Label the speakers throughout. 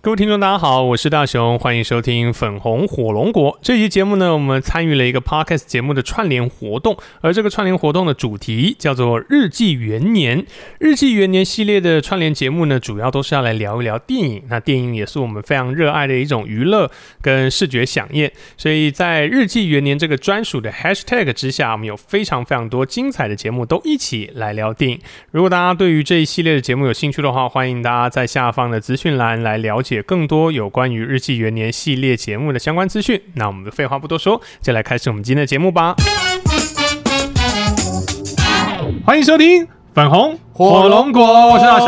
Speaker 1: 各位听众，大家好，我是大雄，欢迎收听《粉红火龙国》这期节目呢，我们参与了一个 podcast 节目的串联活动，而这个串联活动的主题叫做“日记元年”。日记元年系列的串联节目呢，主要都是要来聊一聊电影，那电影也是我们非常热爱的一种娱乐跟视觉飨宴，所以在“日记元年”这个专属的 hashtag 之下，我们有非常非常多精彩的节目都一起来聊电影。如果大家对于这一系列的节目有兴趣的话，欢迎大家在下方的资讯栏来了解更多有关于《日记元年》系列节目的相关资讯。那我们的废话不多说，就来开始我们今天的节目吧。欢迎收听粉红火龙果，我是大
Speaker 2: 我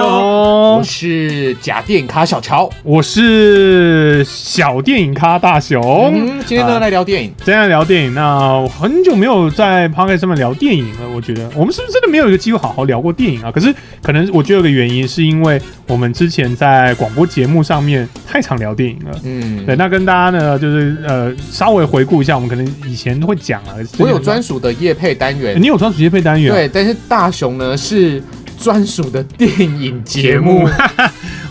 Speaker 1: 熊，
Speaker 2: 是假电卡小乔。
Speaker 1: 我是小电影咖大熊。
Speaker 2: 嗯，今天呢
Speaker 1: 啊
Speaker 2: 来聊电影，
Speaker 1: 今天来聊电影，那我很久没有在 p o c a s t 上面聊电影了。我觉得我们是不是真的没有一个机会好好聊过电影啊？可是可能我觉得有个原因，是因为我们之前在广播节目上面太常聊电影了。
Speaker 2: 嗯，
Speaker 1: 对，那跟大家呢，就是呃，稍微回顾一下，我们可能以前会讲啊。
Speaker 2: 我有专属的夜配单
Speaker 1: 欸，
Speaker 2: 元，
Speaker 1: 你有专属业配单元啊、
Speaker 2: 对，但是大雄呢是专属的电影节目，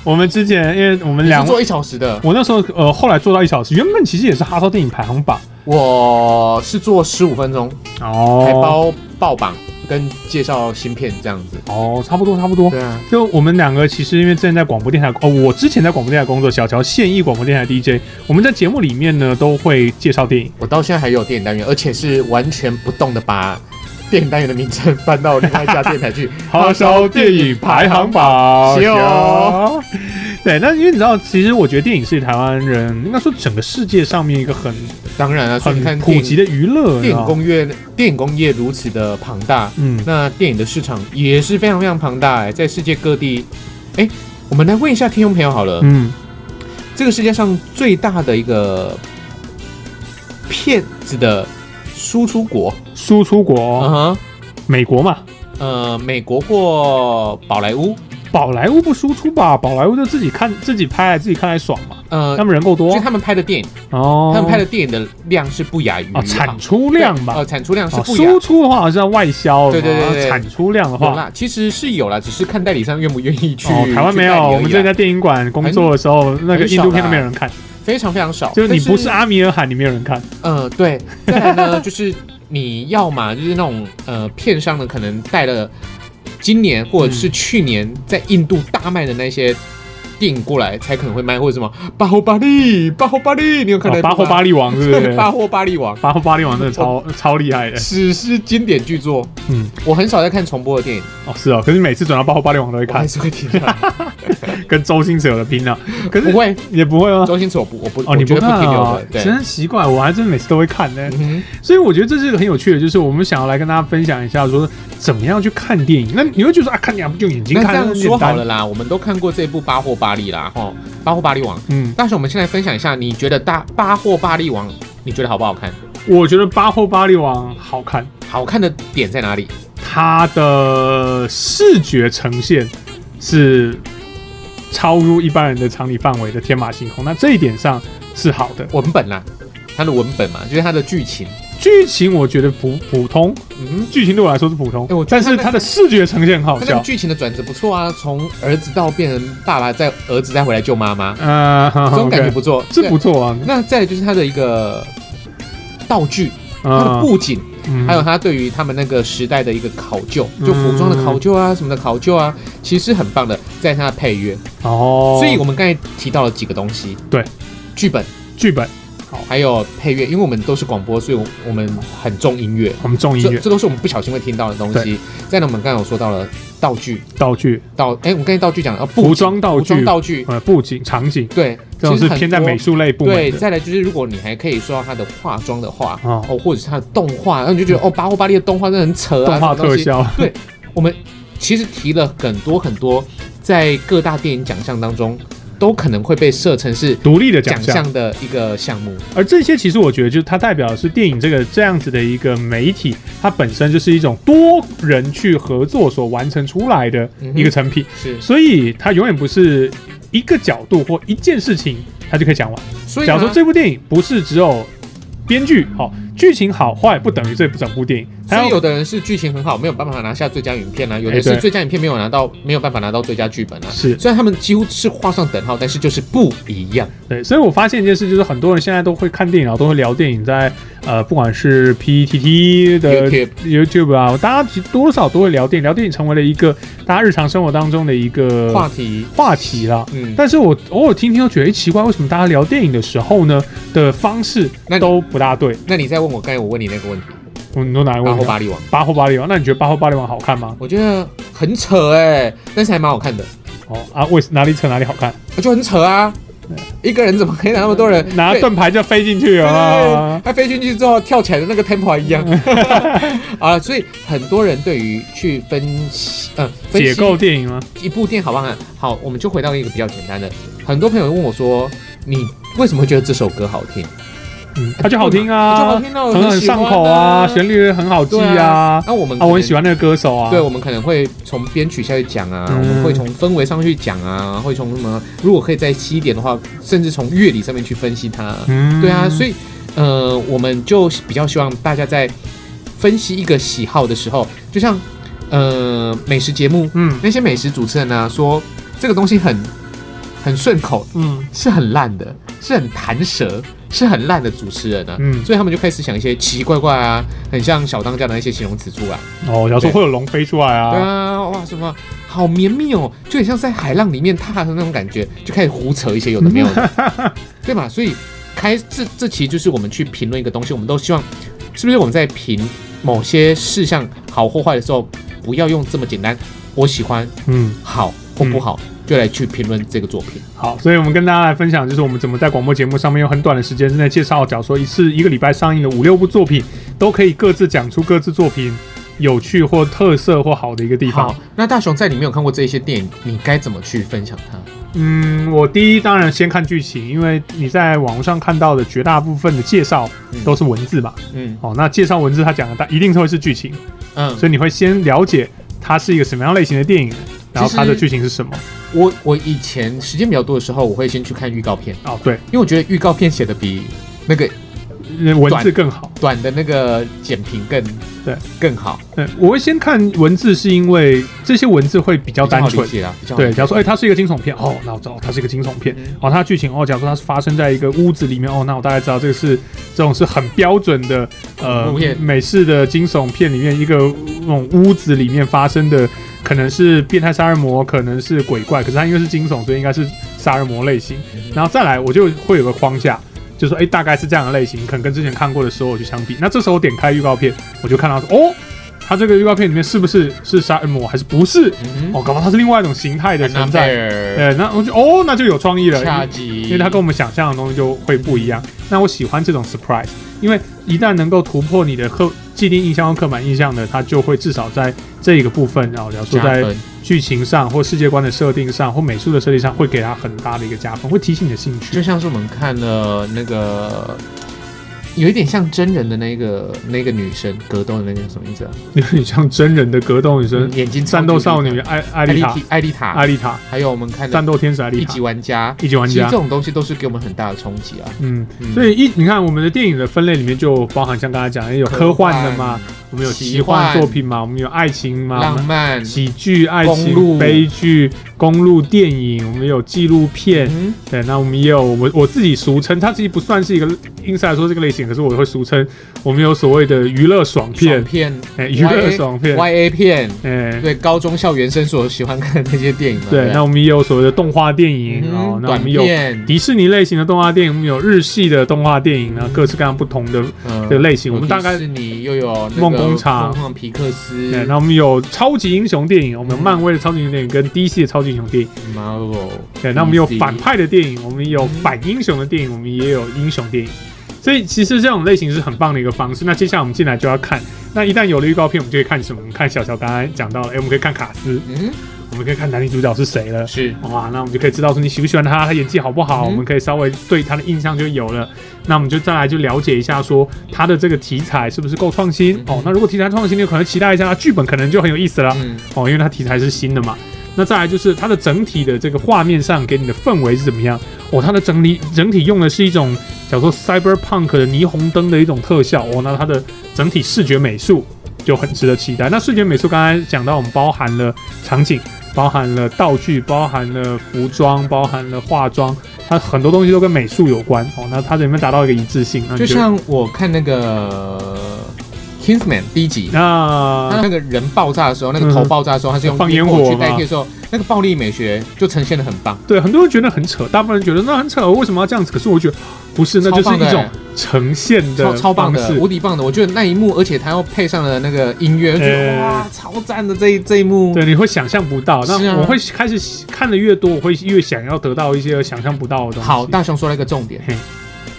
Speaker 1: 我们之前因为我们
Speaker 2: 你
Speaker 1: 两
Speaker 2: 是，做一小时的，
Speaker 1: 我那时候呃后来做到一小时，原本其实也是哈烧电影排行榜
Speaker 2: 我是做十五分钟，
Speaker 1: 哦，
Speaker 2: 还包爆榜跟介绍新片这样子。
Speaker 1: 哦，差不多差不多。
Speaker 2: 对啊，
Speaker 1: 就我们两个其实因为之前在广播电台，哦，我之前在广播电台工作，小乔现役广播电台 DJ，我们在节目里面呢都会介绍电影。
Speaker 2: 我到现在还有电影单元，而且是完全不动的把。电影单元的名称搬到另外一家电 台去，
Speaker 1: 榜
Speaker 2: 是哦
Speaker 1: 行 对，那因为你知道，其实我觉得电影是台湾人应该说整个世界上面一个很
Speaker 2: 当然啊，所以你看
Speaker 1: 很普及
Speaker 2: 的
Speaker 1: 的啊娱乐，你知
Speaker 2: 电影
Speaker 1: 道
Speaker 2: 工业，电影工业如此的庞大，
Speaker 1: 嗯，
Speaker 2: 那电影的市场也是非常非常庞大哎、在世界各地，哎、我们来问一下听众朋友好了，
Speaker 1: 嗯，
Speaker 2: 这个世界上最大的一个骗子的输出国，
Speaker 1: 输出国、
Speaker 2: 嗯哼，
Speaker 1: 美国嘛，
Speaker 2: 呃，美国或宝莱坞，
Speaker 1: 宝莱坞不输出吧？宝莱坞就自己看自己拍，自己看来爽嘛。
Speaker 2: 呃
Speaker 1: 他，们人够
Speaker 2: 就
Speaker 1: 多
Speaker 2: 是他们拍的电影，
Speaker 1: 哦，
Speaker 2: 他们拍的电影的量是不亚于
Speaker 1: 啊产出量吧，
Speaker 2: 呃，产出量是
Speaker 1: 哦
Speaker 2: 不亚
Speaker 1: 输。出的话好像外销了嘛，哦
Speaker 2: 对对对对对
Speaker 1: 产出量的
Speaker 2: 有
Speaker 1: 话，
Speaker 2: 啦，其实是有啦，只是看代理商愿不愿意去。
Speaker 1: 哦，台湾没有，
Speaker 2: 去代理而已啊
Speaker 1: 我们之前在电影馆工作的时候，那个印度片都没有人看，
Speaker 2: 非常非常少。
Speaker 1: 就是你
Speaker 2: 但
Speaker 1: 不是阿米尔汗，你没有人看。
Speaker 2: 呃，对，再来呢，就是你要嘛，就是那种呃，片商呢，可能带了今年或者是去年在印度大卖的那些电影过来，才可能会卖，或者什么 巴霍巴利，巴霍巴利，你有看到、
Speaker 1: 哦巴霍巴
Speaker 2: 利？
Speaker 1: 利王是不
Speaker 2: 对，
Speaker 1: 是？
Speaker 2: 巴霍巴利王，
Speaker 1: 巴霍巴利王真的超超厉 害的，
Speaker 2: 史诗经典巨作。
Speaker 1: 嗯，
Speaker 2: 我很少在看重播的电影，
Speaker 1: 哦是哦，可是每次转到巴霍巴利王都会
Speaker 2: 我还
Speaker 1: 看，
Speaker 2: 是会听的。
Speaker 1: 跟周星驰有的拼了，啊可
Speaker 2: 不
Speaker 1: 是
Speaker 2: 会，
Speaker 1: 也不会吗？
Speaker 2: 周星驰我不，我不，
Speaker 1: 哦，
Speaker 2: 我
Speaker 1: 你
Speaker 2: 绝对
Speaker 1: 看
Speaker 2: 不听流
Speaker 1: 啊
Speaker 2: 的，，对。
Speaker 1: 真奇怪，我还真每次都会看呢。
Speaker 2: 嗯
Speaker 1: 所以我觉得这是一个很有趣的，就是我们想要来跟大家分享一下，说怎么样去看电影。那你会觉得说啊，看电影不就眼睛
Speaker 2: 那
Speaker 1: 看，
Speaker 2: 这样
Speaker 1: 很
Speaker 2: 说
Speaker 1: 简
Speaker 2: 好
Speaker 1: 单
Speaker 2: 了啦，我们都看过这部《巴霍巴利》啦，吼，《巴霍巴利王》。
Speaker 1: 嗯，
Speaker 2: 但是我们先来分享一下，你觉得大《巴霍巴利王》你觉得好不好看？
Speaker 1: 我觉得《巴霍巴利王》好看，
Speaker 2: 好看的点在哪里？
Speaker 1: 它的视觉呈现是超乎一般人的常理范围的天马行空，那这一点上是好的。
Speaker 2: 文本啦、它的文本嘛，就是它的剧情。
Speaker 1: 剧情我觉得普普通，
Speaker 2: 嗯，
Speaker 1: 剧情对我来说是普通，
Speaker 2: 哎我觉
Speaker 1: 但
Speaker 2: 得
Speaker 1: 是
Speaker 2: 它那
Speaker 1: 它的视觉呈现很好
Speaker 2: 它那个
Speaker 1: 笑。
Speaker 2: 剧情的转折不错啊，从儿子到变成爸爸，再儿子再回来救妈妈，
Speaker 1: 呃，
Speaker 2: 这种感觉
Speaker 1: OK，
Speaker 2: 不错。
Speaker 1: 是不错啊
Speaker 2: 对。那再来就是它的一个道具，啊它的
Speaker 1: 嗯
Speaker 2: 布景，
Speaker 1: 嗯
Speaker 2: 还有它对于他们那个时代的一个考究，就服装的考究啊，什么的考究啊，其实很棒的。在它的配乐，
Speaker 1: 哦，
Speaker 2: 所以我们刚才提到了几个东西，
Speaker 1: 对，
Speaker 2: 剧本。
Speaker 1: 剧本
Speaker 2: 还有配乐，因为我们都是广播，所以我我们很重音乐，
Speaker 1: 我们重音
Speaker 2: 这
Speaker 1: 乐
Speaker 2: 这都是我们不小心会听到的东西。再呢，我们刚才有说到了道具，
Speaker 1: 道具、
Speaker 2: 道哎、我们刚才道具讲了、啊、布景
Speaker 1: 服装道
Speaker 2: 服装
Speaker 1: 具、
Speaker 2: 道具，
Speaker 1: 呃布景、场景，
Speaker 2: 对，
Speaker 1: 这种
Speaker 2: 其
Speaker 1: 是
Speaker 2: 实很
Speaker 1: 偏在
Speaker 2: 多
Speaker 1: 美。术类部
Speaker 2: 对，
Speaker 1: 门的。
Speaker 2: 再来就是如果你还可以说到它的化妆的话，
Speaker 1: 哦嗯
Speaker 2: 哦，或者是它的动画，然后你就觉得哦，巴霍巴利的动画真的很扯
Speaker 1: 动
Speaker 2: 啊，
Speaker 1: 画
Speaker 2: 什么东
Speaker 1: 特
Speaker 2: 西。
Speaker 1: 效，
Speaker 2: 我们其实提了很多很多，在各大电影奖项当中，都可能会被设成是
Speaker 1: 独立的奖
Speaker 2: 奖
Speaker 1: 项。
Speaker 2: 项的一个项目。
Speaker 1: 而这些其实我觉得，就是它代表的是电影这个这样子的一个媒体，它本身就是一种多人去合作所完成出来的
Speaker 2: 嗯
Speaker 1: 一个成品，
Speaker 2: 是，
Speaker 1: 所以它永远不是一个角度或一件事情它就可以讲完。
Speaker 2: 所以
Speaker 1: 假如
Speaker 2: 呢
Speaker 1: 说这部电影不是只有编剧好、剧情好坏不等于这整部电影，还
Speaker 2: 所以
Speaker 1: 有
Speaker 2: 有的人是剧情很好，没有办法拿下最佳影片啊；有的
Speaker 1: 哎
Speaker 2: 是
Speaker 1: 对
Speaker 2: 最佳影片没有拿到，没有办法拿到最佳剧本啊。
Speaker 1: 是
Speaker 2: 虽然他们几乎是画上等号，但是就是不一样。
Speaker 1: 对，所以我发现一件事，就是很多人现在都会看电影，然后都会聊电影在，呃，不管是 PTT 的
Speaker 2: YouTube
Speaker 1: YouTube 啊，大家其实多少都会聊电影，聊电影成为了一个大家日常生活当中的一个
Speaker 2: 话题，
Speaker 1: 话题啦。
Speaker 2: 嗯，
Speaker 1: 嗯但是我偶尔听听都觉得，诶奇怪，为什么大家聊电影的时候呢的方式
Speaker 2: 那你
Speaker 1: 都不大对？
Speaker 2: 那你再问我刚才我问你那个问题，
Speaker 1: 我你都哪个
Speaker 2: 巴
Speaker 1: 问
Speaker 2: 霍
Speaker 1: 题啊？
Speaker 2: 巴利王，
Speaker 1: 八后八里王，那你觉得八后八里王好看吗？
Speaker 2: 我觉得很扯哎、但是还蛮好看的，
Speaker 1: 哦啊，为哪里扯哪里好看？
Speaker 2: 就很扯啊。一个人怎么可以拿那么多人
Speaker 1: 嗯拿啊
Speaker 2: 对
Speaker 1: 盾牌就飞进去
Speaker 2: 对
Speaker 1: 啊，！
Speaker 2: 他飞进去之后跳起来的那个 tempo 还一 样啊，所以很多人对于去分析，呃，分析
Speaker 1: 解构电影吗？
Speaker 2: 一部电影好不好看？好，我们就回到一个比较简单的。很多朋友问我说，你为什么会觉得这首歌好听？
Speaker 1: 嗯，它就好听啊，
Speaker 2: 就好听到我
Speaker 1: 很很
Speaker 2: 喜欢
Speaker 1: 上口啊，
Speaker 2: 对
Speaker 1: 旋律很好记啊。
Speaker 2: 那我们
Speaker 1: 啊，我很喜欢
Speaker 2: 欢。
Speaker 1: 那个歌手啊。
Speaker 2: 对，我们可能会从编曲下去讲啊，
Speaker 1: 嗯
Speaker 2: 我们会从氛围上去讲啊，会从什么？如果可以再细一点的话，甚至从乐理上面去分析它。
Speaker 1: 嗯
Speaker 2: 对啊，所
Speaker 1: 以
Speaker 2: 以呃，我们就比较希望大家在分析一个喜好的时候，就像呃美食节目
Speaker 1: 嗯
Speaker 2: 那些美食主持人呢、说这个东西很很顺口，
Speaker 1: 嗯
Speaker 2: 是很烂的，是很弹舌，是很烂的主持人啊。
Speaker 1: 嗯，
Speaker 2: 所以他们就开始想一些奇奇怪怪啊，很像小当家的那些形容词出来。
Speaker 1: 哦，假如说会有龙飞出来
Speaker 2: 对
Speaker 1: 啊，
Speaker 2: 啊，哇，什么好绵密哦，就很像在海浪里面踏的那种感觉，就开始胡扯一些有的没有的， 对吧？所以开这这期就是我们去评论一个东西，我们都希望是不是我们在评某些事项好或坏的时候，不要用这么简单，我喜欢
Speaker 1: 嗯，
Speaker 2: 好或不好。就来去评论这个作品，
Speaker 1: 好，所以我们跟大家来分享，就是我们怎么在广播节目上面用很短的时间之内介绍，假如说一次一个礼拜上映的五六部作品，都可以各自讲出各自作品有趣或特色或好的一个地方
Speaker 2: 好。，那大雄在你没有看过这些电影，你该怎么去分享它？
Speaker 1: 嗯，我第一当然先看剧情，因为你在网络上看到的绝大部分的介绍
Speaker 2: 嗯
Speaker 1: 都是文字嘛。
Speaker 2: 嗯
Speaker 1: 哦，那介绍文字它讲的大一定会是剧情，
Speaker 2: 嗯，
Speaker 1: 所以你会先了解它是一个什么样类型的电影，然后它的
Speaker 2: 其实
Speaker 1: 剧情是什么。
Speaker 2: 我我以前时间比较多的时候，我会先去看预告片，
Speaker 1: 哦，对，
Speaker 2: 因为我觉得预告片写的比那个
Speaker 1: 文字更好。
Speaker 2: 短的那个简评更
Speaker 1: 对
Speaker 2: 更好，
Speaker 1: 嗯，我会先看文字，是因为这些文字会比较
Speaker 2: 比较
Speaker 1: 单
Speaker 2: 好理
Speaker 1: 纯。
Speaker 2: 解啦，比较好
Speaker 1: 对，
Speaker 2: 理解
Speaker 1: 假如说，哎、它是一个惊悚片，哦，那我知道它是一个惊悚片。
Speaker 2: 嗯
Speaker 1: 哦，它的剧情哦，假如说它是发生在一个屋子里面，哦，那我大概知道这个是这种是很标准的呃
Speaker 2: 恐怖片
Speaker 1: 美式的惊悚片里面一个那种屋子里面发生的，可能是变态杀人魔，可能是鬼怪，可是它因为是惊悚，所以应该是杀人魔类型。然后再来，我就会有个框架，就说哎、诶大概是这样的类型，可能跟之前看过的所有去相比。那这时候我点开预告片，我就看到说哦，它这个预告片里面是不是是杀人魔还是不是？
Speaker 2: 嗯
Speaker 1: 哦，搞不好它是另外一种形态的
Speaker 2: 哼，
Speaker 1: 存
Speaker 2: 安
Speaker 1: 在。
Speaker 2: 在，
Speaker 1: 对，那我就哦，那就有创意了，
Speaker 2: 恰
Speaker 1: 因
Speaker 2: 吉，
Speaker 1: 为因为它跟我们想象的东西就会不一样。那我喜欢这种 surprise，因为一旦能够突破你的刻既定印象和刻板印象的，它就会至少在这一个部分，然后聊说
Speaker 2: 加
Speaker 1: 在
Speaker 2: 分，
Speaker 1: 剧情上或世界观的设定上或美术的设计上，会给它很大的一个加分，会提起你的兴
Speaker 2: 就
Speaker 1: 趣。
Speaker 2: 像是我们看了那个。有一点像真人的那个那个女生格斗的那个叫什么名字啊？
Speaker 1: 有点像真人的格斗女神、
Speaker 2: 嗯眼睛超
Speaker 1: 战斗
Speaker 2: 级
Speaker 1: 少
Speaker 2: 厉
Speaker 1: 女
Speaker 2: 害
Speaker 1: 艾艾
Speaker 2: 艾
Speaker 1: 丽
Speaker 2: 丽
Speaker 1: 塔
Speaker 2: 缇、艾丽塔
Speaker 1: 艾，丽塔
Speaker 2: 还有我们看的
Speaker 1: 战斗天使艾丽
Speaker 2: 一
Speaker 1: 塔
Speaker 2: 级玩家，
Speaker 1: 一级玩
Speaker 2: 其实
Speaker 1: 家
Speaker 2: 这。种东西都是给我们很大的冲击啊。
Speaker 1: 嗯，
Speaker 2: 嗯
Speaker 1: 所以一你看我们的电影的分类里面就包含像刚才讲的有科幻的嘛，我们有奇幻作品嘛，我们有爱情嘛，我
Speaker 2: 浪
Speaker 1: 们
Speaker 2: 漫，
Speaker 1: 喜剧、爱
Speaker 2: 公路
Speaker 1: 情、悲剧、公路电影，我们有纪录片，
Speaker 2: 嗯，
Speaker 1: 对，那我们也有我我自己俗称，它其实不算是一个硬是来说这个类型，可是我会俗称我们有所谓的娱乐爽
Speaker 2: 爽
Speaker 1: 片，
Speaker 2: 片
Speaker 1: 哎，娱乐爽片，
Speaker 2: Y A 片，
Speaker 1: 哎，
Speaker 2: 对高中校园生所喜欢看的那些电影嘛。
Speaker 1: 对，
Speaker 2: 不
Speaker 1: 那我们也有所谓的动画电影，
Speaker 2: 嗯
Speaker 1: 哦，那我
Speaker 2: 短
Speaker 1: 们有。
Speaker 2: 片，
Speaker 1: 迪士尼类型的动画电影，我们有日系的动画电影，然后各式各样不同的
Speaker 2: 嗯
Speaker 1: 的类型，我们大
Speaker 2: 迪
Speaker 1: 概
Speaker 2: 士尼又有那个
Speaker 1: 梦工厂
Speaker 2: 梦幻皮克斯
Speaker 1: 对，那我们有超级英雄电影，我们有漫威的超级英雄电影跟 DC 的超级英雄电影。
Speaker 2: ，Marvel，
Speaker 1: 对，那我们有反
Speaker 2: DC
Speaker 1: 派的电影，我们也
Speaker 2: 嗯
Speaker 1: 有反英雄的电影，我们也有英雄电影。所以其实这种类型是很棒的一个方式。那接下来我们进来就要看，那一旦有了预告片，我们就可以看什么？我们看小乔刚才讲到了，哎，我们可以看卡斯，
Speaker 2: 嗯，
Speaker 1: 我们可以看男女主角是谁了。
Speaker 2: 是
Speaker 1: 哇，那我们就可以知道说你喜不喜欢他，他演技好不好，我
Speaker 2: 嗯
Speaker 1: 们可以稍微对他的印象就有了。那我们就再来就了解一下说他的这个题材是不是够创新、
Speaker 2: 嗯
Speaker 1: 哦。那如果题材创新，你有可能期待一下他剧本可能就很有意思了。
Speaker 2: 嗯，
Speaker 1: 哦，因为它题材是新的嘛。那再来就是它的整体的这个画面上给你的氛围是怎么样？哦，它的整理整体用的是一种叫做 cyberpunk 的霓虹灯的一种特效哦，那它的整体视觉美术就很值得期待。那视觉美术刚才讲到，我们包含了场景，包含了道具，包含了服装，包含了化妆，它很多东西都跟美术有关哦。那它怎么达到一个一致性？那你
Speaker 2: 就
Speaker 1: 觉得
Speaker 2: 像我看那个《Kingsman》第一集，他
Speaker 1: 那
Speaker 2: 啊那个人爆炸的时候，那个
Speaker 1: 嗯
Speaker 2: 头
Speaker 1: 哼
Speaker 2: 爆炸的时候，他是用
Speaker 1: 放烟火
Speaker 2: 火去
Speaker 1: 嘛
Speaker 2: 代替的时候，那个暴力美学就呈现的很棒，
Speaker 1: 对很多人觉得很扯，大部分人觉得那很扯，哦为什么要这样子？可是我觉得不是，那就
Speaker 2: 超
Speaker 1: 是
Speaker 2: 棒的欸
Speaker 1: 一种呈现的
Speaker 2: 超超棒
Speaker 1: 方
Speaker 2: 的，
Speaker 1: 式。
Speaker 2: 无敌棒的。我觉得那一幕，而且他又配上了那个音乐，我觉得
Speaker 1: 呃
Speaker 2: 哇，超赞的这一这一幕。
Speaker 1: 对，你会想象不到。
Speaker 2: 是
Speaker 1: 那
Speaker 2: 啊
Speaker 1: 我会开始看的越多，我会越想要得到一些想象不到的东西。
Speaker 2: 好，大雄说了一个重点
Speaker 1: 嘿，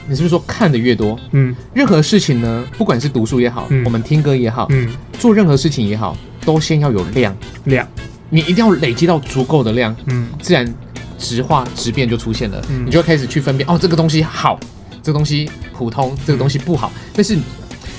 Speaker 2: 你是不是说看的越多，
Speaker 1: 嗯
Speaker 2: 任何事情呢，不管是读书也好，
Speaker 1: 嗯
Speaker 2: 我们听歌也好，
Speaker 1: 嗯，
Speaker 2: 做任何事情也好，都先要有量，
Speaker 1: 两
Speaker 2: 你一定要累积到足够的量，
Speaker 1: 嗯
Speaker 2: 自然直化质变就出现了，
Speaker 1: 嗯
Speaker 2: 你就会开始去分辨哦，这个东西好，这个东西普通，这个东西不
Speaker 1: 嗯
Speaker 2: 好。但是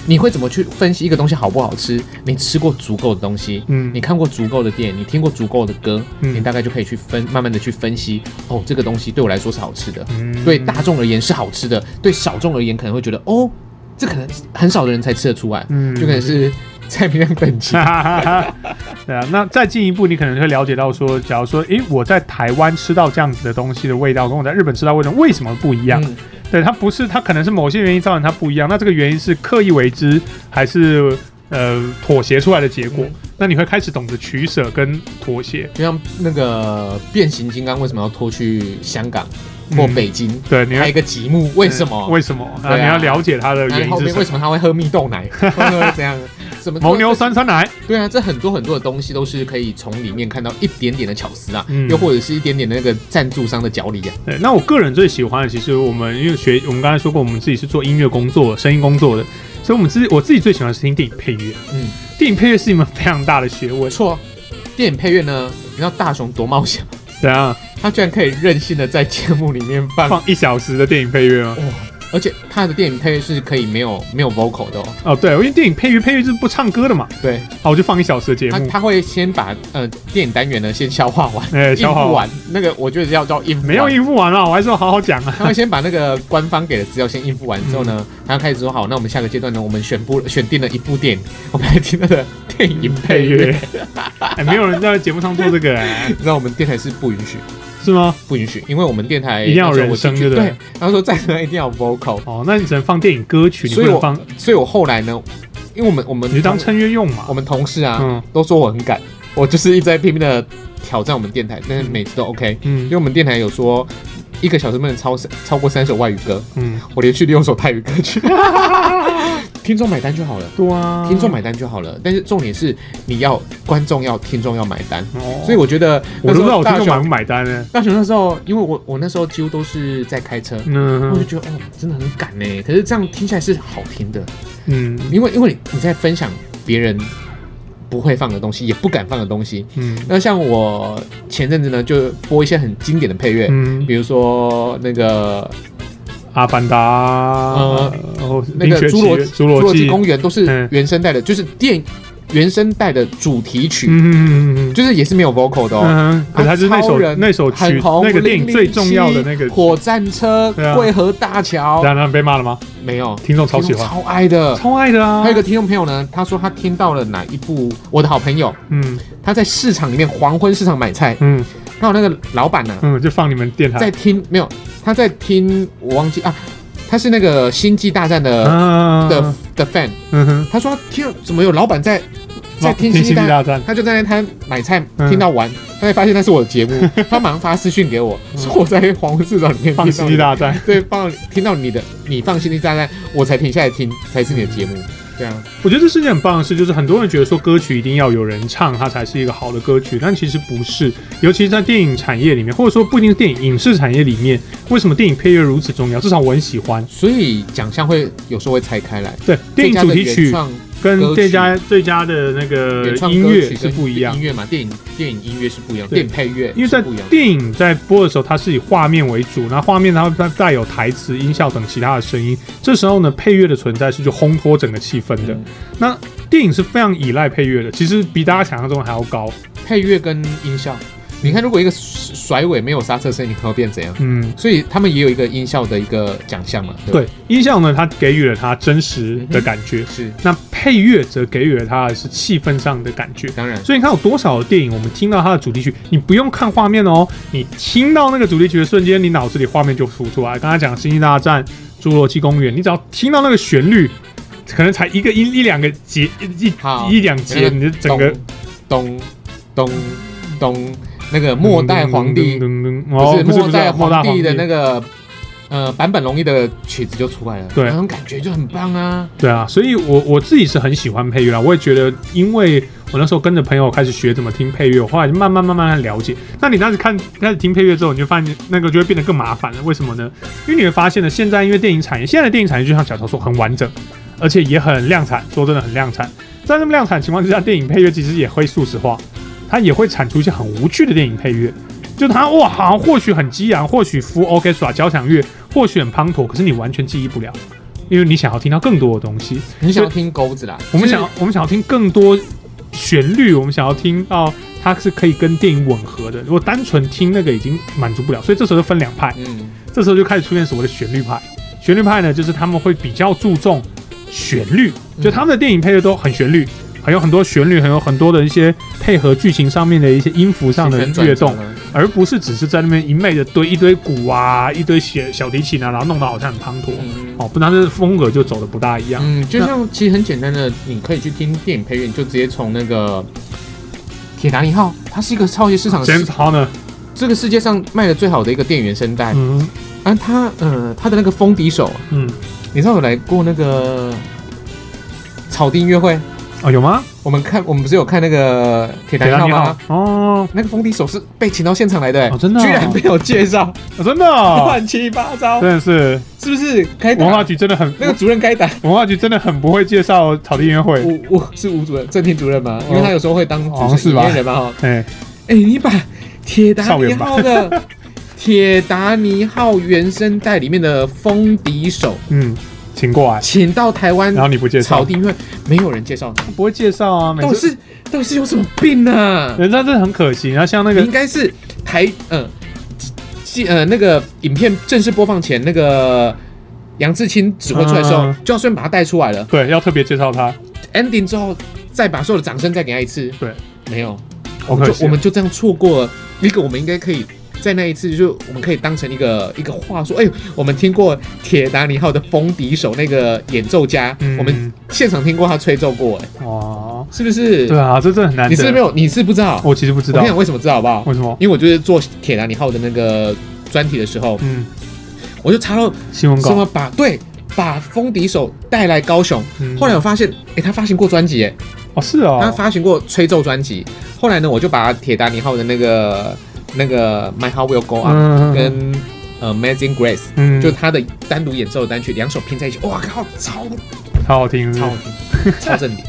Speaker 2: 你会怎么去分析一个东西好不好吃？你吃过足够的东西，
Speaker 1: 嗯
Speaker 2: 你看过足够的店，你听过足够的歌，
Speaker 1: 嗯
Speaker 2: 你大概就可以去分，慢慢的去分析哦，这个东西对我来说是好吃的，
Speaker 1: 嗯
Speaker 2: 对大众而言是好吃的，对小众而言可能会觉得哦，这可能很少的人才吃得出来，
Speaker 1: 嗯
Speaker 2: 就可能是菜品量等级
Speaker 1: 哈。哈哈哈， 对啊，那再进一步，你可能会了解到说，假如说，诶，我在台湾吃到这样子的东西的味道，跟我在日本吃到味道为什么不 一样？
Speaker 2: 嗯
Speaker 1: 对，它不是，它可能是某些原因造成它不一样。那这个原因是刻意为之，还是呃妥协出来的结果？
Speaker 2: 嗯
Speaker 1: 那你会开始懂得取舍跟妥协。
Speaker 2: 就像那个变形金刚为什么要拖去香港或北京、
Speaker 1: 对，你
Speaker 2: 拍一
Speaker 1: 会
Speaker 2: 个节目？哎为什么？
Speaker 1: 嗯为什么？
Speaker 2: 对啊
Speaker 1: 你要了解它的
Speaker 2: 那
Speaker 1: 原因
Speaker 2: 后
Speaker 1: 是
Speaker 2: 面
Speaker 1: 什
Speaker 2: 为
Speaker 1: 么。
Speaker 2: 什么他会喝蜜豆 奶？会不会这样？什么
Speaker 1: 蒙牛？酸酸奶，
Speaker 2: 对啊，这很多很多的东西都是可以从里面看到一点点的巧思啊，
Speaker 1: 嗯
Speaker 2: 又或者是一点点的那个赞助商的角力啊。
Speaker 1: 对，那我个人最喜欢的，其实我们因为学，我们刚才说过，我们自己是做音乐工作、声音工作的，所以我们自己我自己最喜欢的是听电影配乐。
Speaker 2: 嗯，
Speaker 1: 电影配乐是一门非常大的学
Speaker 2: 不
Speaker 1: 问，
Speaker 2: 错。啊电影配乐呢？你知道大雄多冒险吗？
Speaker 1: 怎样
Speaker 2: 他居然可以任性的在节目里面放，
Speaker 1: 啊
Speaker 2: 哦
Speaker 1: 放一小时的电影配乐吗？
Speaker 2: 而且他的电影配乐是可以没有没有 vocal 的哦。
Speaker 1: 哦，对，因为电影配乐配乐就是不唱歌的嘛，
Speaker 2: 对，
Speaker 1: 哦，我就放一小时的节
Speaker 2: 他
Speaker 1: 目，
Speaker 2: 他会先把呃电影单元呢先消化完，
Speaker 1: 哎，
Speaker 2: 应
Speaker 1: 消化
Speaker 2: 付完那个，我觉得要叫应付
Speaker 1: 没有
Speaker 2: 完
Speaker 1: 应付完了，我还是要好好讲啊。
Speaker 2: 他会先把那个官方给的资料先应付完之后呢，
Speaker 1: 嗯
Speaker 2: 然后开始说好，那我们下个阶段呢，我们选部选定了一部电影，我们来听那个电影配乐。，
Speaker 1: 哎，没有人在节目上做这 个，哎
Speaker 2: 你知道我们电台是不允许，
Speaker 1: 是吗？
Speaker 2: 不允许，因为我们电台
Speaker 1: 一定要有
Speaker 2: 那时候我
Speaker 1: 人声
Speaker 2: 进去
Speaker 1: 对不对
Speaker 2: 对，他说在那一定要有 vocal，
Speaker 1: 哦，那你只能放电影歌曲，你不
Speaker 2: 所以
Speaker 1: 能
Speaker 2: 我
Speaker 1: 放，
Speaker 2: 所以我后来呢，因为我们我们
Speaker 1: 你就当衬乐用
Speaker 2: 我
Speaker 1: 嘛。
Speaker 2: 们同事啊、
Speaker 1: 嗯
Speaker 2: 都说我很敢，我就是一直在拼命的挑战我们电台，但是每次都 OK，因
Speaker 1: 嗯
Speaker 2: 为我们电台有说一个小时不能超超过三首外语歌，
Speaker 1: 嗯，
Speaker 2: 我连续六首泰语歌 曲，听众买单就好了。
Speaker 1: 对啊，
Speaker 2: 听众买单就好了。但是重点是你要观众要听众要买单，
Speaker 1: 哦，
Speaker 2: 所以我觉得
Speaker 1: 我都不知道我听
Speaker 2: 大
Speaker 1: 众买不
Speaker 2: 雄
Speaker 1: 买单呢。
Speaker 2: 大雄那时候，因为我我那时候几乎都是在开车，我就
Speaker 1: 嗯
Speaker 2: 觉得哦，真的很赶呢。可是这样听起来是好听的，
Speaker 1: 嗯
Speaker 2: 因为因为你你在分享别人不会放的东西，也不敢放的东西。
Speaker 1: 嗯
Speaker 2: 那像我前阵子呢，就播一些很经典的配乐，
Speaker 1: 嗯，
Speaker 2: 比如说那个
Speaker 1: 阿凡达，然后
Speaker 2: 呃那
Speaker 1: 冰
Speaker 2: 个
Speaker 1: 雪
Speaker 2: 侏
Speaker 1: 奇
Speaker 2: 罗
Speaker 1: 缘
Speaker 2: 侏
Speaker 1: 侏罗纪
Speaker 2: 纪公园都
Speaker 1: 嗯
Speaker 2: 是原声带的，就是电原声带的主题曲，
Speaker 1: 嗯嗯嗯嗯
Speaker 2: 就是也是没有 vocal 的哦。
Speaker 1: 嗯，可是它是那首
Speaker 2: 超人
Speaker 1: 那首曲
Speaker 2: 很红，
Speaker 1: 那个电影最重要的那个
Speaker 2: 007。火战车
Speaker 1: 对啊、
Speaker 2: 桂河大桥，
Speaker 1: 然后被骂了吗？
Speaker 2: 没有，
Speaker 1: 听众超喜
Speaker 2: 听众
Speaker 1: 欢，
Speaker 2: 超爱的。
Speaker 1: 超爱的啊。
Speaker 2: 呃还有一个听众朋友呢，他说他听到了哪一部？我的好朋友，
Speaker 1: 嗯
Speaker 2: 他在市场里面黄昏市场买菜，
Speaker 1: 嗯
Speaker 2: 然后那个老板呢
Speaker 1: 嗯，就放你们电台
Speaker 2: 在。听，没有，他在听，我忘记啊，他是那个星际大战的
Speaker 1: 啊
Speaker 2: 的的 fan，
Speaker 1: 嗯哼，
Speaker 2: 他说听怎么有老板在在听星
Speaker 1: 哦星
Speaker 2: 际
Speaker 1: 际
Speaker 2: 大战。
Speaker 1: 大战，
Speaker 2: 他就在那摊买菜，
Speaker 1: 嗯嗯
Speaker 2: 听到完，他才发现那是我的节目， 他马上发私讯给我，说我在黄昏市场里面
Speaker 1: 放
Speaker 2: 听到
Speaker 1: 星
Speaker 2: 你
Speaker 1: 际大战，
Speaker 2: 对，放听到你的，你放心地炸弹，我才停下来听，才是你的
Speaker 1: 嗯
Speaker 2: 节目。对啊，
Speaker 1: 我觉得这是一件很棒的事，就是很多人觉得说歌曲一定要有人唱，它才是一个好的歌曲，但其实不是。尤其是在电影产业里面，或者说不一定是电影影视产业里面，为什么电影配乐如此重要？至少我很喜欢。
Speaker 2: 所以奖项会有时候会拆开来，
Speaker 1: 对，电影主题
Speaker 2: 最
Speaker 1: 曲
Speaker 2: 佳的
Speaker 1: 跟
Speaker 2: 歌曲
Speaker 1: 最佳最佳的那个
Speaker 2: 原创原创
Speaker 1: 音
Speaker 2: 歌
Speaker 1: 乐
Speaker 2: 曲
Speaker 1: 是
Speaker 2: 跟
Speaker 1: 不一样
Speaker 2: 音。乐嘛，电影电影音乐是不一样，
Speaker 1: 对
Speaker 2: 电影配乐
Speaker 1: 因为
Speaker 2: 是
Speaker 1: 在
Speaker 2: 不一样。
Speaker 1: 电影在播的时候，它是以画面为主，那画面它会带有台词、音效等其他的声音。这时候呢，配乐的存在是就烘托整个气氛的。
Speaker 2: 嗯
Speaker 1: 那电影是非常依赖配乐的，其实比大家想象中的还要高。
Speaker 2: 配乐跟音效，你看，如果一个甩尾没有刹车声，你看会变怎样？
Speaker 3: 嗯，
Speaker 2: 所以他们也有一个音效的一个奖项嘛，对吧
Speaker 1: 对，音效呢，它给予了它真实
Speaker 2: 嗯
Speaker 1: 的感觉，
Speaker 2: 是
Speaker 1: 那配乐则给予了它的是气氛上的感觉。
Speaker 2: 当然，
Speaker 1: 所以你看有多少电影，我们听到它的主题曲，你不用看画面哦，你听到那个主题曲的瞬间，你脑子里画面就浮出啊来。刚才讲《星际大战》《侏罗纪公园》，你只要听到那个旋律，可能才一个音一两个节一
Speaker 2: 好
Speaker 1: 一两节，你的整个
Speaker 2: 咚咚咚咚那个末代皇帝
Speaker 1: 噔噔噔噔
Speaker 2: 不
Speaker 1: 哦
Speaker 2: 是
Speaker 1: 不是
Speaker 2: 末代皇帝的那
Speaker 1: 个
Speaker 2: 个呃版本龙一的曲子就出来了，
Speaker 1: 对
Speaker 2: 那种感觉就很棒啊。
Speaker 1: 对啊，所以我我自己是很喜欢配乐啊，我也觉得，因为我那时候跟着朋友开始学怎么听配乐，我后来就慢慢慢慢地了解。那你当时看开始听配乐之后，你就发现那个就会变得更麻烦了。为什么呢？因为你会发现呢，现在因为电影产业，现在的电影产业就像小乔说，很完整，而且也很量产。说真的，很量产。在这么量产的情况之下，电影配乐其实也会速食化，它也会产出一些很无趣的电影配乐。就它哇，好像或许很激昂，或许 full orchestra 交响乐，或许很滂沱，可是你完全记忆不了，因为你想要听到更多的东西。
Speaker 2: 你想要听钩子啦？
Speaker 1: 我们
Speaker 2: 就是
Speaker 1: 想要，我们想要听更多旋律，我们想要听到它是可以跟电影吻合的。如果单纯听那个已经满足不了，所以这时候就分两派，
Speaker 2: 嗯，
Speaker 1: 这时候就开始出现所谓的旋律派。旋律派呢，就是他们会比较注重旋律，
Speaker 2: 嗯
Speaker 1: 就他们的电影配乐都很旋律，很有很多旋律，很有很多的一些配合剧情上面的一些音符上的
Speaker 2: 旋转
Speaker 1: 跃动
Speaker 2: 转，了
Speaker 1: 而不是只是在那边一昧的堆一堆鼓啊，一堆小小提琴啊，然后弄得好像很滂沱。
Speaker 2: 嗯
Speaker 1: 哦，不然这风格就走的不大一样。
Speaker 2: 嗯，就像其实很简单的，你可以去听电影配乐，你就直接从那个《铁达尼号》，它哦是一个超级市场的
Speaker 1: James Horner，
Speaker 2: 这个世界上卖的最好的一个电原声带。
Speaker 1: 嗯
Speaker 2: 啊，它呃，它的那个风笛手，
Speaker 1: 嗯，
Speaker 2: 你知道有来过那个草地音乐会？
Speaker 1: 哦，有吗？
Speaker 2: 我们看，我们不是有看那个《铁达尼号》吗？
Speaker 1: 哦，
Speaker 2: 那个风笛手是被请到现场来的、欸
Speaker 1: 哦真的哦
Speaker 2: 居然被我介绍，
Speaker 1: 哦真的 哦，
Speaker 2: 乱七八糟，
Speaker 1: 真的 是
Speaker 2: 是不是？该
Speaker 1: 文
Speaker 2: 打
Speaker 1: 化局真的很，
Speaker 2: 那个主任该打，
Speaker 1: 文化局真的很不会介绍草地音乐会，
Speaker 2: 吴吴是吴主任，正厅主任吗？因为他有时候会当
Speaker 1: 好
Speaker 2: 主
Speaker 1: 哦像是
Speaker 2: 持
Speaker 1: 吧
Speaker 2: 人人嘛哈。
Speaker 1: 哎，
Speaker 2: 哎、你把铁达
Speaker 1: 少
Speaker 2: 尼
Speaker 1: 元吧
Speaker 2: 号的 铁达尼号原声带里面的风笛手
Speaker 1: 嗯，请过来，
Speaker 2: 请到台湾
Speaker 1: 然后你不介
Speaker 2: 草
Speaker 1: 绍，
Speaker 2: 地音乐会，没有人介绍你，
Speaker 1: 不会介绍啊，每
Speaker 2: 到底
Speaker 1: 次
Speaker 2: 是到底是有什么病呢、啊？
Speaker 1: 人家真的很可惜，然后像那
Speaker 2: 你
Speaker 1: 个
Speaker 2: 应该是台呃记呃那个影片正式播放前，那个杨志清指挥出来的时候，
Speaker 1: 嗯
Speaker 2: 就要顺便把他带出来了。
Speaker 1: 对要特别介绍他，
Speaker 2: ending 之后，再把所有的掌声再给他一次。
Speaker 1: 对，
Speaker 2: 没有，
Speaker 1: 好可
Speaker 2: 就
Speaker 1: 惜
Speaker 2: 我，们就这样错过了一个，我们应该可以。在那一次，就我们可以当成一个一个话说，哎、我们听过铁达尼号的风笛手那个演奏家，
Speaker 1: 嗯
Speaker 2: 我们现场听过他吹奏过、哎，
Speaker 1: 哦，
Speaker 2: 是不是？
Speaker 1: 对啊，这真的很难
Speaker 2: 你是不是没
Speaker 1: 得，
Speaker 2: 有，你是不知道。
Speaker 1: 我其实不知
Speaker 2: 我
Speaker 1: 道
Speaker 2: 跟你讲为什么知道好不好？
Speaker 1: 为什么，
Speaker 2: 因为我就是做铁达尼号的那个专题的时候，
Speaker 1: 嗯，
Speaker 2: 我就查到
Speaker 1: 新闻
Speaker 2: 什么
Speaker 1: 稿，
Speaker 2: 把对把风笛手带来高雄。
Speaker 1: 嗯
Speaker 2: 后来我发现，诶，他发行过专辑，哎诶，
Speaker 1: 哦是哦
Speaker 2: 他，发行过吹奏专辑。后来呢，我就把铁达尼号的那个那个《My Heart Will Go On》
Speaker 1: 嗯
Speaker 2: 跟呃《Amazing Grace》，
Speaker 1: 嗯
Speaker 2: 就他的单独演奏的单曲，两首拼在一起，哇靠，超
Speaker 1: 超好听，是不是
Speaker 2: 超好 听，超正点。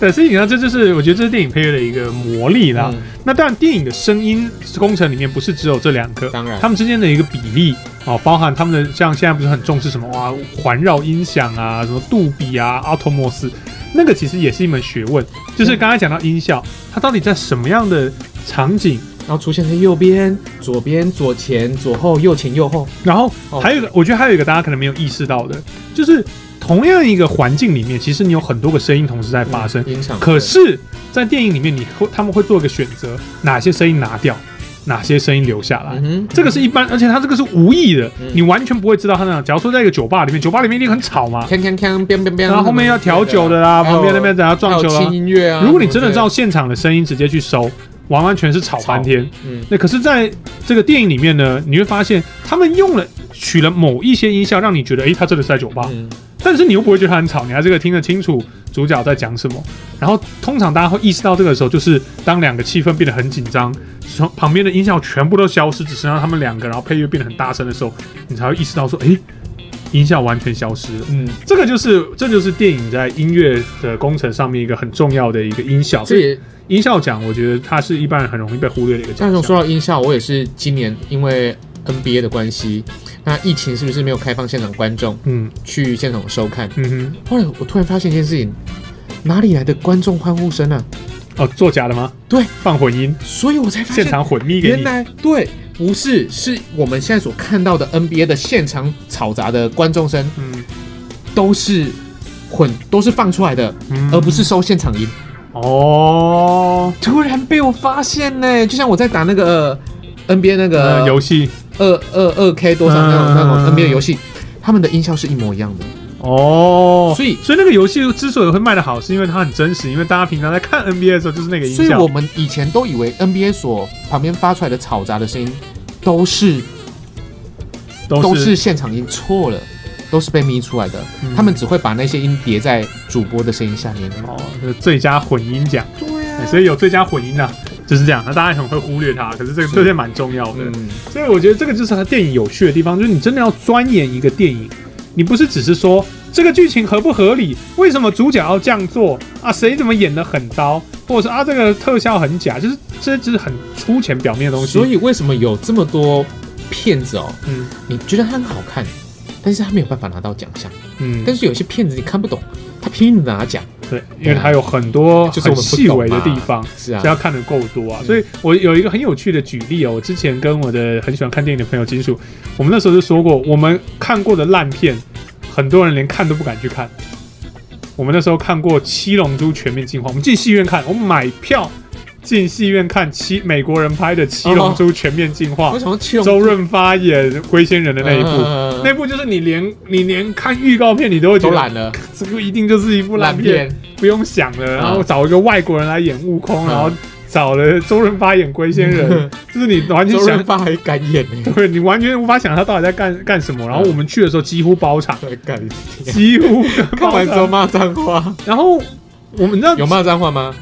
Speaker 1: 对，所以你看，这就是我觉得这是电影配乐的一个魔力啦。
Speaker 2: 嗯
Speaker 1: 那当然，电影的声音工程里面不是只有这两个，
Speaker 2: 当然
Speaker 1: 他们之间的一个比例哦，包含他们的像现在不是很重视什么哇环绕音响啊，什么杜比啊、阿托莫斯，那个其实也是一门学问。就是刚才讲到音效，它到底在什么样的场景？
Speaker 2: 然后出现在右边、左边、左前、左后、右前、右后，
Speaker 1: 然后
Speaker 2: 哦
Speaker 1: 还有一个，我觉得还有一个大家可能没有意识到的，就是同样一个环境里面，其实你有很多个声音同时在发生。
Speaker 2: 嗯音场。
Speaker 1: 可是，在电影里面，你会他们会做一个选择，哪些声音拿掉，哪些声音留下来。
Speaker 2: 嗯哼，
Speaker 1: 这个是一般，而且它这个是无意的，
Speaker 2: 嗯
Speaker 1: 你完全不会知道它那样。假如说在一个酒吧里面，酒吧里面一定很吵嘛，
Speaker 2: 锵锵锵，变变变，
Speaker 1: 然后后面要调酒的啦，
Speaker 2: 还有
Speaker 1: 旁边那边等下撞
Speaker 2: 嗯啊还有
Speaker 1: 球
Speaker 2: 轻
Speaker 1: 啦。
Speaker 2: 音乐啊。
Speaker 1: 如果你真的照现场的声音直接去搜，完完全是吵翻天。
Speaker 2: 嗯，
Speaker 1: 那可是在这个电影里面呢，你会发现他们用了取了某一些音效，让你觉得，诶，他真的是在酒吧。
Speaker 2: 嗯，
Speaker 1: 但是你又不会觉得它很吵，你还是可以听得清楚主角在讲什么。然后通常大家会意识到这个时候，就是当两个气氛变得很紧张，从旁边的音效全部都消失，只剩下他们两个，然后配乐变得很大声的时候，你才会意识到说，诶，音效完全消失了。
Speaker 2: 嗯，
Speaker 1: 这个就是，这就是电影在音乐的工程上面一个很重要的一个音效。
Speaker 2: 这
Speaker 1: 所以
Speaker 2: 也
Speaker 1: 音效奖，我觉得它是一般人很容易被忽略的一个奖
Speaker 2: 像
Speaker 1: 项。
Speaker 2: 从说到音效，我也是今年因为 NBA 的关系，那疫情是不是没有开放现场观众
Speaker 1: 嗯
Speaker 2: 去现场收看？
Speaker 1: 嗯
Speaker 2: 后来我突然发现一件事情，哪里来的观众欢呼声啊？
Speaker 1: 哼，哦，作假的吗？
Speaker 2: 对，
Speaker 1: 放混音，
Speaker 2: 所以我才发现
Speaker 1: 现场混密给
Speaker 2: 原
Speaker 1: 你。
Speaker 2: 来对，不是是我们现在所看到的 NBA 的现场吵杂的观众声
Speaker 1: 嗯
Speaker 2: 都是混，都是放出来的，
Speaker 1: 嗯
Speaker 2: 而不是收现场音。
Speaker 1: 哦，
Speaker 2: 突然被我发现呢、就像我在打那个呃 NBA 那
Speaker 1: 呃，游
Speaker 2: 个
Speaker 1: 戏
Speaker 2: 二二二 K 多少那种
Speaker 1: 嗯
Speaker 2: 那种 NBA 游戏，他们的音效是一模一样的。
Speaker 1: 哦，
Speaker 2: 所以
Speaker 1: 所以那个游戏之所以会卖得好，是因为它很真实，因为大家平常在看 NBA 的时候就是那个音
Speaker 2: 所以
Speaker 1: 效
Speaker 2: 我。们以前都以为 NBA 所旁边发出来的吵杂的声音都是都是现场音，错了，都是被咪出来的。
Speaker 1: 嗯
Speaker 2: 他们只会把那些音叠在主播的声音下面。啊
Speaker 1: 哦，这个最佳混音奖，对呀、所以有最佳混音的、啊就是这样。那大家很会忽略它，可是这个这些蛮重要的。
Speaker 2: 嗯，
Speaker 1: 所以我觉得这个就是它电影有趣的地方，就是你真的要钻研一个电影，你不是只是说这个剧情合不合理，为什么主角要这样做啊？谁怎么演的很糟，或者是啊这个特效很假，就是这只是很粗浅表面的东西。
Speaker 2: 所以为什么有这么多片子哦？
Speaker 1: 嗯
Speaker 2: 你觉得它很好看，但是它没有办法拿到奖项。
Speaker 1: 嗯，
Speaker 2: 但是有些片子你看不懂，他拼命拿奖。
Speaker 1: 对，因为它有很多
Speaker 2: 就是
Speaker 1: 很
Speaker 2: 我们不
Speaker 1: 细
Speaker 2: 懂嘛
Speaker 1: 微的地方。
Speaker 2: 是啊
Speaker 1: 只，要看的够多啊。
Speaker 2: 嗯
Speaker 1: 所以我有一个很有趣的举例哦，我之前跟我的很喜欢看电影的朋友金属，我们那时候就说过，我们看过的烂片，很多人连看都不敢去看。我们那时候看过《七龙珠全面进化》，我们进戏院看，我们买票进戏院看七美国人拍的《七龙珠全面进化
Speaker 2: 为》什么七龙珠
Speaker 1: 周润发演龟仙人的那一部。
Speaker 2: 嗯
Speaker 1: 那部就是你连你连看预告片你都会觉
Speaker 2: 都
Speaker 1: 得
Speaker 2: 懒了，
Speaker 1: 这个一定就是一部烂
Speaker 2: 烂
Speaker 1: 片，
Speaker 2: 片，
Speaker 1: 不用想了，然后找一个外国人来演悟空，
Speaker 2: 嗯
Speaker 1: 然后找了周润发演龟仙人，就是你完全
Speaker 2: 周润
Speaker 1: 想，
Speaker 2: 发嗯还敢 演呢，
Speaker 1: 对你完全无法想他到底在干干什么。然后我们去的时候几乎包场，
Speaker 2: 还敢演。
Speaker 1: 几乎
Speaker 2: 嗯看
Speaker 1: 包
Speaker 2: 完之后
Speaker 1: 场。
Speaker 2: 骂脏话，
Speaker 1: 然后我们那
Speaker 2: 有骂脏话吗？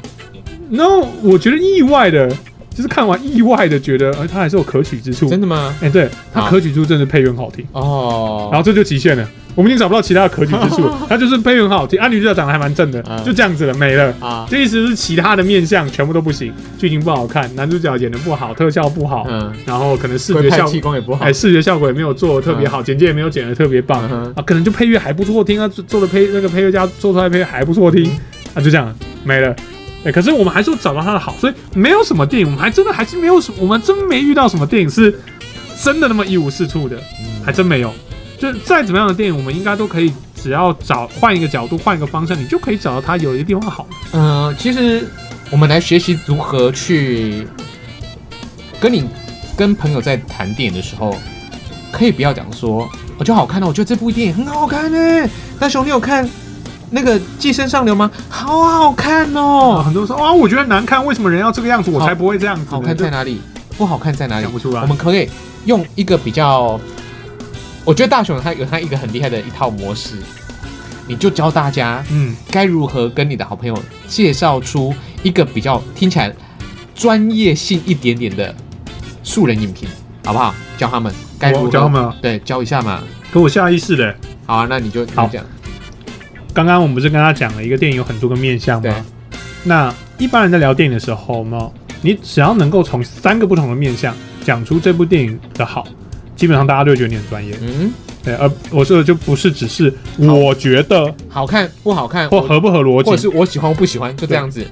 Speaker 1: 然后我觉得意外的，就是看完意外的觉得，呃，他还是有可取之处。
Speaker 2: 真的吗？
Speaker 1: 哎，对他
Speaker 2: 好
Speaker 1: 可取之处真的配乐很好听，
Speaker 2: 哦，
Speaker 1: 然后这就极限了。我们已经找不到其他的可取之处， 了。他就是配乐很好听，啊，女主角长得还蛮正的，
Speaker 2: 嗯
Speaker 1: 就这样子了，没了。
Speaker 2: 后啊，
Speaker 1: 这意思是其他的面相全部都不行，剧情不好看，男主角演的不好，特效不好，
Speaker 2: 嗯，
Speaker 1: 然后可能视
Speaker 2: 会
Speaker 1: 觉
Speaker 2: 拍
Speaker 1: 效
Speaker 2: 气
Speaker 1: 果，
Speaker 2: 功也不好
Speaker 1: 哎，，视觉效果也没有做的特别好，简介也没有剪的特别棒、
Speaker 2: 嗯哼
Speaker 1: 啊，可能就配乐还不错听啊，做做的配那个配乐家做出来的配乐还不错
Speaker 2: 嗯
Speaker 1: 听、啊，就这样没了。哎，可是我们还是有找到它的好，所以没有什么电影，我们还真的还是没有什么，我们真没遇到什么电影是真的那么一无是处的。
Speaker 2: 嗯
Speaker 1: 还真没有。就是再怎么样的电影，我们应该都可以，只要找换一个角度、换一个方向，你就可以找到它有一个地方好。
Speaker 2: 嗯、其实我们来学习如何去呃跟你跟朋友在谈电影的时候，可以不要讲说我觉得好看哦，我觉得这部电影很好看欸呢。大雄，你有看那个《寄生上流》吗？好好看
Speaker 1: 哦，
Speaker 2: 哦，
Speaker 1: 很多人说哇，我觉得难看，为什么人要这个样子，我
Speaker 2: 好
Speaker 1: 才不会这样子呢。
Speaker 2: 好看在哪里？不好看在哪
Speaker 1: 就
Speaker 2: 里
Speaker 1: 讲？不出来
Speaker 2: 我。们可不可以用一个比较，我觉得大雄他有他一个很厉害的一套模式，你就教大家
Speaker 1: 嗯，
Speaker 2: 该如何跟你的好朋友介绍出一个比较听起来专业性一点点的素人影评，好不好？教他们该如
Speaker 1: 我
Speaker 2: 何
Speaker 1: 教他们啊
Speaker 2: 对教一下嘛。
Speaker 1: 可我下意识的，
Speaker 2: 好啊，那你就你
Speaker 1: 好
Speaker 2: 就讲
Speaker 1: 刚刚我们不是跟他讲了一个电影有很多个面向
Speaker 2: 对
Speaker 1: 吗？那一般人在聊电影的时候嘛，你只要能够从三个不同的面向讲出这部电影的好，基本上大家都会觉得你很专业。
Speaker 2: 嗯，
Speaker 1: 对，而我说的就不是只是
Speaker 2: 好
Speaker 1: 我觉得
Speaker 2: 好看不好看，
Speaker 1: 或
Speaker 2: 我
Speaker 1: 合不合逻
Speaker 2: 或者
Speaker 1: 辑。
Speaker 2: 是我喜欢我不喜欢，就这样子。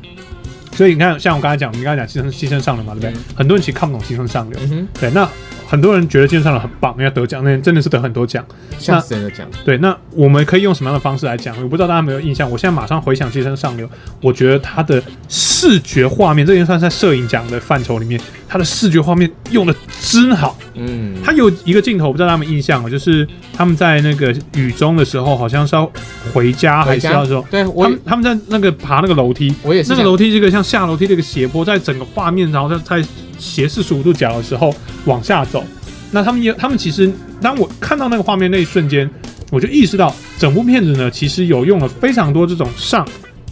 Speaker 1: 所以你看，像我刚才讲，你刚才讲牺牲牺牲上流嘛，对不对？很多人其实看不懂牺牲上流。
Speaker 2: 嗯哼，
Speaker 1: 对，那很多人觉得牺牲上流很棒，人家得奖，那真的是得很多奖。
Speaker 2: 吓死人了讲。
Speaker 1: 对，那我们可以用什么样的方式来讲？我不知道大家有没有印象，我现在马上回想《寄生上流》，我觉得它的视觉画面，这已经算是在摄影奖的范畴里面，它的视觉画面用的真好。
Speaker 2: 嗯，
Speaker 1: 它有一个镜头，我不知道大家有没有印象哦，就是他们在那个雨中的时候，好像是要回家，还
Speaker 2: 回
Speaker 1: 是
Speaker 2: 家
Speaker 1: 要说，
Speaker 2: 对啊
Speaker 1: 他
Speaker 2: 我也
Speaker 1: 们他们在那个爬那个楼梯，
Speaker 2: 我也是
Speaker 1: 那个
Speaker 2: 这样
Speaker 1: 楼梯是一个像下楼梯的一个斜坡，在整个画面，然后在在斜四十五度角的时候往下走。那他们也，他们其实当我看到那个画面那一瞬间，我就意识到整部片子呢，其实有用了非常多这种上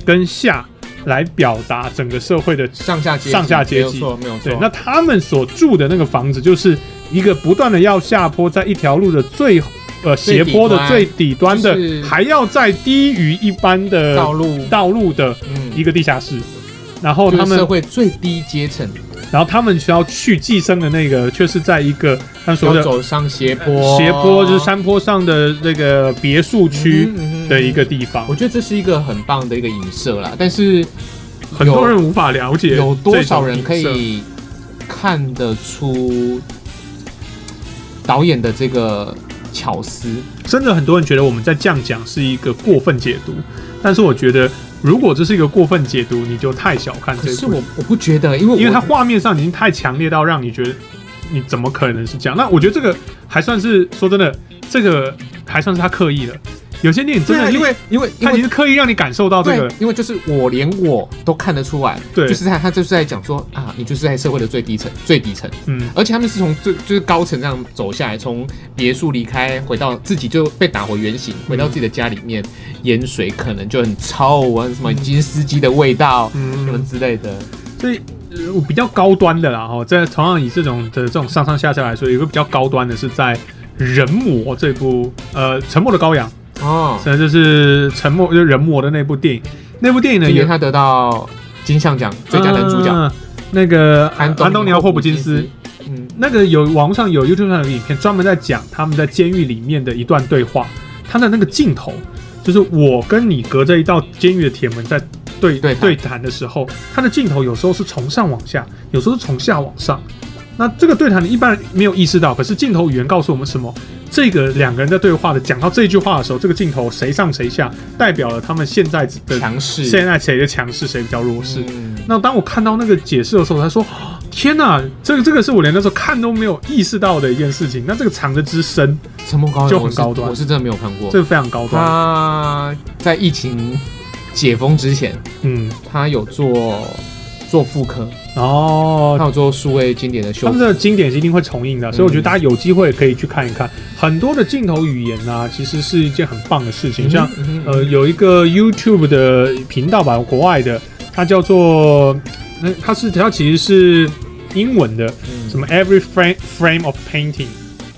Speaker 1: 跟下来表达整个社会的
Speaker 2: 上下阶级
Speaker 1: 上下阶级
Speaker 2: 没有错没有错
Speaker 1: 对。。那他们所住的那个房子，就是一个不断的要下坡，在一条路的最呃斜
Speaker 2: 最底
Speaker 1: 坡的
Speaker 2: 端
Speaker 1: 最底端的，
Speaker 2: 就是
Speaker 1: 还要再低于一般的
Speaker 2: 道路
Speaker 1: 道路的
Speaker 2: 嗯
Speaker 1: 一个地下室。然后
Speaker 2: 就
Speaker 1: 他
Speaker 2: 是
Speaker 1: 们
Speaker 2: 社，会最低阶层，
Speaker 1: 然后他们需要去寄生的那个，却是在一个他们所
Speaker 2: 要
Speaker 1: 谓的
Speaker 2: 走上斜坡，
Speaker 1: 斜坡，就是山坡上的那个别墅区
Speaker 2: 嗯哼嗯哼
Speaker 1: 的一个地方
Speaker 2: 我。觉得这是一个很棒的一个影射啦，但是
Speaker 1: 很多人无法了解
Speaker 2: 有多少人
Speaker 1: 这
Speaker 2: 可
Speaker 1: 种影射
Speaker 2: 以看得出导演的这个巧思？
Speaker 1: 真的很多人觉得我们在这样讲是一个过分解读，但是我觉得如果这是一个过分解读，你就太小看
Speaker 2: 可
Speaker 1: 这
Speaker 2: 是
Speaker 1: 部
Speaker 2: 我我不觉得，因为我
Speaker 1: 因为它画面上已经太强烈到让你觉得你怎么可能是这样？那我觉得这个还算是说真的，这个还算是他刻意的。有些电影真
Speaker 2: 对啊，
Speaker 1: 的，
Speaker 2: 因为因为因
Speaker 1: 他已
Speaker 2: 为
Speaker 1: 经是刻意让你感受到这个
Speaker 2: 对，因为就是我连我都看得出来，
Speaker 1: 对
Speaker 2: 就是他他就是在讲说啊，你就是在社会的最低层最底层，
Speaker 1: 嗯，
Speaker 2: 而且他们是从最就是高层这样走下来，从别墅离开，回到自己就被打回原形，回到自己的家里面，盐水可能就很臭啊，什么金丝鸡的味道，
Speaker 1: 嗯
Speaker 2: 什么之类的，
Speaker 1: 所以。呃比较高端的啦，哈，在同样以这种的这种上上下下来说，有一个比较高端的是在《人魔》这部呃《沉默的羔羊》，
Speaker 2: 哦，
Speaker 1: 这就是《沉默》就是《人魔》的那部电影。那部电影呢，
Speaker 2: 今
Speaker 1: 有
Speaker 2: 年他得到金像奖最佳男主角，
Speaker 1: 嗯那个安
Speaker 2: 安
Speaker 1: 安东尼奥·霍普金斯，，
Speaker 2: 嗯，
Speaker 1: 那个有网上有 YouTube 上有影片，专门在讲他们在监狱里面的一段对话，他的那个镜头，就是我跟你隔着一道监狱的铁门在对
Speaker 2: 对谈
Speaker 1: 对谈的时候，他的镜头有时候是从上往下，有时候是从下往上。那这个对谈你一般人没有意识到，可是镜头语言告诉我们什么？这个两个人在对话的讲到这句话的时候，这个镜头谁上谁下，代表了他们现在的
Speaker 2: 强势，
Speaker 1: 现在谁的强势，谁比较弱势。
Speaker 2: 嗯
Speaker 1: 那当我看到那个解释的时候，他说：“天哪，这个这个是我连那时候看都没有意识到的一件事情。那这个藏得之深，
Speaker 2: 沉默高原
Speaker 1: 就很
Speaker 2: 我是
Speaker 1: 高端
Speaker 2: 我是真的没有看过
Speaker 1: 这。个非常高端。
Speaker 2: 哦他在疫情解封之前，
Speaker 1: 嗯，
Speaker 2: 他有做做复刻，
Speaker 1: 然后
Speaker 2: 他有做数位经典的修
Speaker 1: 哦他们
Speaker 2: 复。
Speaker 1: 的经典是一定会重
Speaker 2: 嗯
Speaker 1: 映的，所以我觉得大家有机会可以去看一看。很多的镜头语言啊，其实是一件很棒的事情。像
Speaker 2: 嗯哼
Speaker 1: 呃，，有一个 YouTube 的频道吧，国外的，它叫做，那它是它其实是英文的，
Speaker 2: 嗯
Speaker 1: 什么 every frame frame of painting，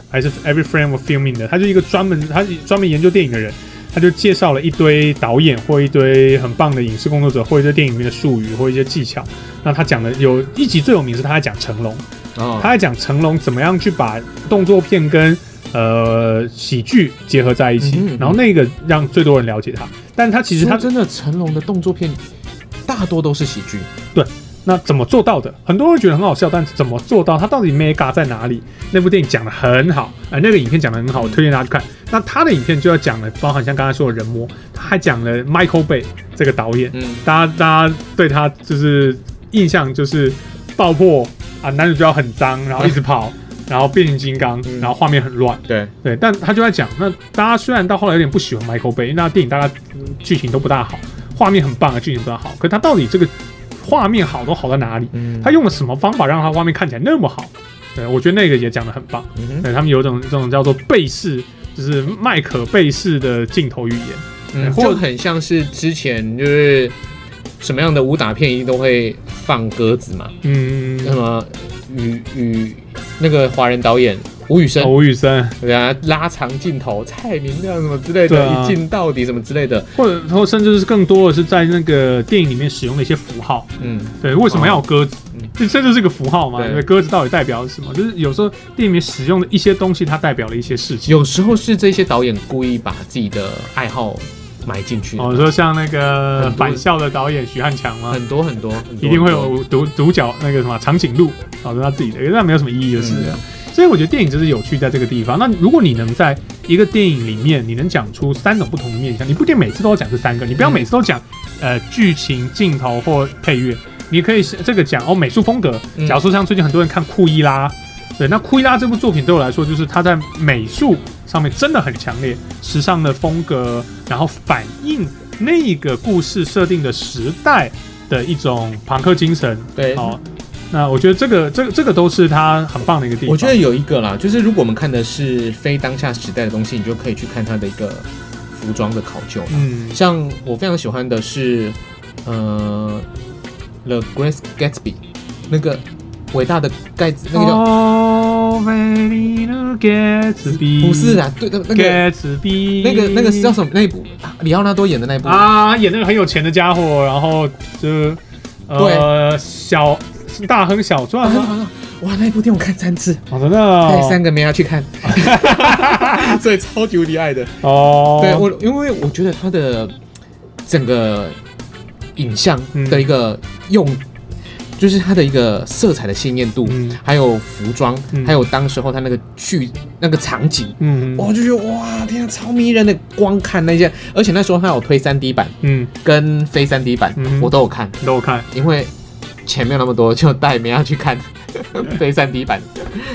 Speaker 1: 还是 every frame of filming 的，他就一个专门他专门研究电影的人，他就介绍了一堆导演或一堆很棒的影视工作者或一些电影里面的术语或一些技巧。那他讲的有一集最有名是他在讲成龙，
Speaker 2: 哦
Speaker 1: 他在讲成龙怎么样去把动作片跟呃喜剧结合在一起
Speaker 2: 嗯哼嗯，哼
Speaker 1: 然后那个让最多人了解他。但他其实他
Speaker 2: 说真的成龙的动作片大多都是喜剧，
Speaker 1: 那怎么做到的？很多人会觉得很好笑，但怎么做到？它到底 mega 在哪里？那部电影讲的很好，呃，那个影片讲的很好，我推荐大家去看。那他的影片就要讲了，包含像刚才说的人魔，他还讲了 Michael Bay 这个导演，
Speaker 2: 嗯，
Speaker 1: 大家大家对他就是印象就是爆破啊，男主角很脏，然后一直跑，然后变形金刚，
Speaker 2: 嗯
Speaker 1: 然后画面很乱，
Speaker 2: 对，
Speaker 1: 对，但他就在讲，那大家虽然到后来有点不喜欢 Michael Bay，因为那电影大家嗯剧情都不大好，画面很棒啊，剧情不大好，可他到底这个画面好都好在哪里？
Speaker 2: 嗯
Speaker 1: 他用了什么方法让他画面看起来那么好？对，我觉得那个也讲得很棒。
Speaker 2: 嗯哼
Speaker 1: 对他们有一种这种叫做背式，就是麦可贝式的镜头语言。
Speaker 2: 嗯，
Speaker 1: 或
Speaker 2: 就很像是之前就是什么样的武打片一定都会放鸽子嘛，那
Speaker 1: 嗯，
Speaker 2: 么与与那个华人导演吴宇森，
Speaker 1: 吴宇森，
Speaker 2: 对啊，拉长镜头，蔡明亮什么之类
Speaker 1: 对
Speaker 2: 的，
Speaker 1: 啊
Speaker 2: 一镜到底什么之类的，
Speaker 1: 或者或甚至是更多的是在那个电影里面使用的一些符号。
Speaker 2: 嗯，
Speaker 1: 对，为什么要有鸽子
Speaker 2: 嗯？
Speaker 1: 这这就是个符号嘛。
Speaker 2: 对
Speaker 1: 对，鸽子到底代表什么？就是有时候电影里面使用的一些东西，它代表了一些事情。
Speaker 2: 有时候是这些导演故意把自己的爱好埋进去的，
Speaker 1: 哦，说像那
Speaker 2: 嗯很
Speaker 1: 个
Speaker 2: 多
Speaker 1: 返校的导演徐汉强吗？
Speaker 2: 很多很多，很多
Speaker 1: 一定会，有独独角那个什么长颈鹿，导致他自己的，那没有什么意义的事
Speaker 2: 嗯
Speaker 1: 情。所以我觉得电影就是有趣在这个地方。那如果你能在一个电影里面，你能讲出三种不同的面向，你不一定每次都要讲这三个，你不要
Speaker 2: 嗯
Speaker 1: 每次都讲、呃剧情、镜头或配乐，你可以是这个讲哦美术风格。
Speaker 2: 嗯
Speaker 1: 假如说像最近很多人看库伊拉，对，那库伊拉这部作品对我来说，就是它在美术上面真的很强烈，时尚的风格，然后反映那个故事设定的时代的一种朋克精神。
Speaker 2: 对，
Speaker 1: 好、那我觉得这个这个这个都是它很棒的一个地方。
Speaker 2: 我觉得有一个啦，就是如果我们看的是非当下时代的东西，你就可以去看它的一个服装的考究啦。
Speaker 1: 嗯
Speaker 2: 像我非常喜欢的是，呃，《The Great Gatsby》那个伟大的盖茨，那个叫、
Speaker 1: Oh, very little 哦 Gatsby，
Speaker 2: 不是啊？对，那那个
Speaker 1: Gatsby，
Speaker 2: 那个那个是叫什么？那一部啊里奥纳多演的那一部，
Speaker 1: 啊，演那个很有钱的家伙，然后就呃小大亨小
Speaker 2: 啊
Speaker 1: 赚
Speaker 2: 很
Speaker 1: 吗？
Speaker 2: 好啊！哇，那一部电影我看三次，
Speaker 1: 哦，真的
Speaker 2: 带
Speaker 1: 哦
Speaker 2: 三个妹要去看， 所以超级无敌爱的。
Speaker 1: 哦，
Speaker 2: 对我，因为我觉得他的整个。影像的一个用，就是它的一个色彩的鲜艳度，
Speaker 1: 嗯
Speaker 2: 还有服装，
Speaker 1: 嗯
Speaker 2: 还有当时候它那个剧那个场景，
Speaker 1: 嗯
Speaker 2: 我就觉得哇，天啊，超迷人的！光看那些，而且那时候它有推3 D 版
Speaker 1: 嗯，
Speaker 2: 跟非3 D 版，
Speaker 1: 嗯哼
Speaker 2: 我都有看，
Speaker 1: 都有看，
Speaker 2: 因为钱没有那么多，就带梅亚 去看非3 D 版，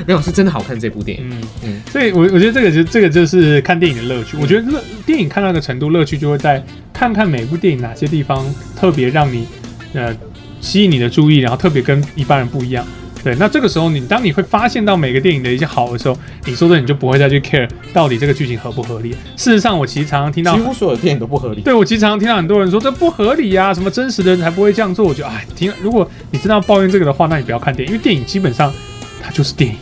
Speaker 2: 没有是真的好看这部电影。
Speaker 1: 嗯
Speaker 2: 嗯
Speaker 1: 所以我我觉得这个就这个就是看电影的乐趣。我觉得乐电影看到一个程度，乐趣就会在看看每部电影哪些地方特别让你呃吸引你的注意，然后特别跟一般人不一样。对，那这个时候你当你会发现到每个电影的一些好的时候，你说的你就不会再去 care 到底这个剧情合不合理。事实上，我其实常常听到
Speaker 2: 几乎所有电影都不合理。
Speaker 1: 对我经常听到很多人说这不合理呀、什么真实的人才不会这样做。我觉得，哎，听，如果你真的要抱怨这个的话，那你不要看电影，因为电影基本上它就是电影。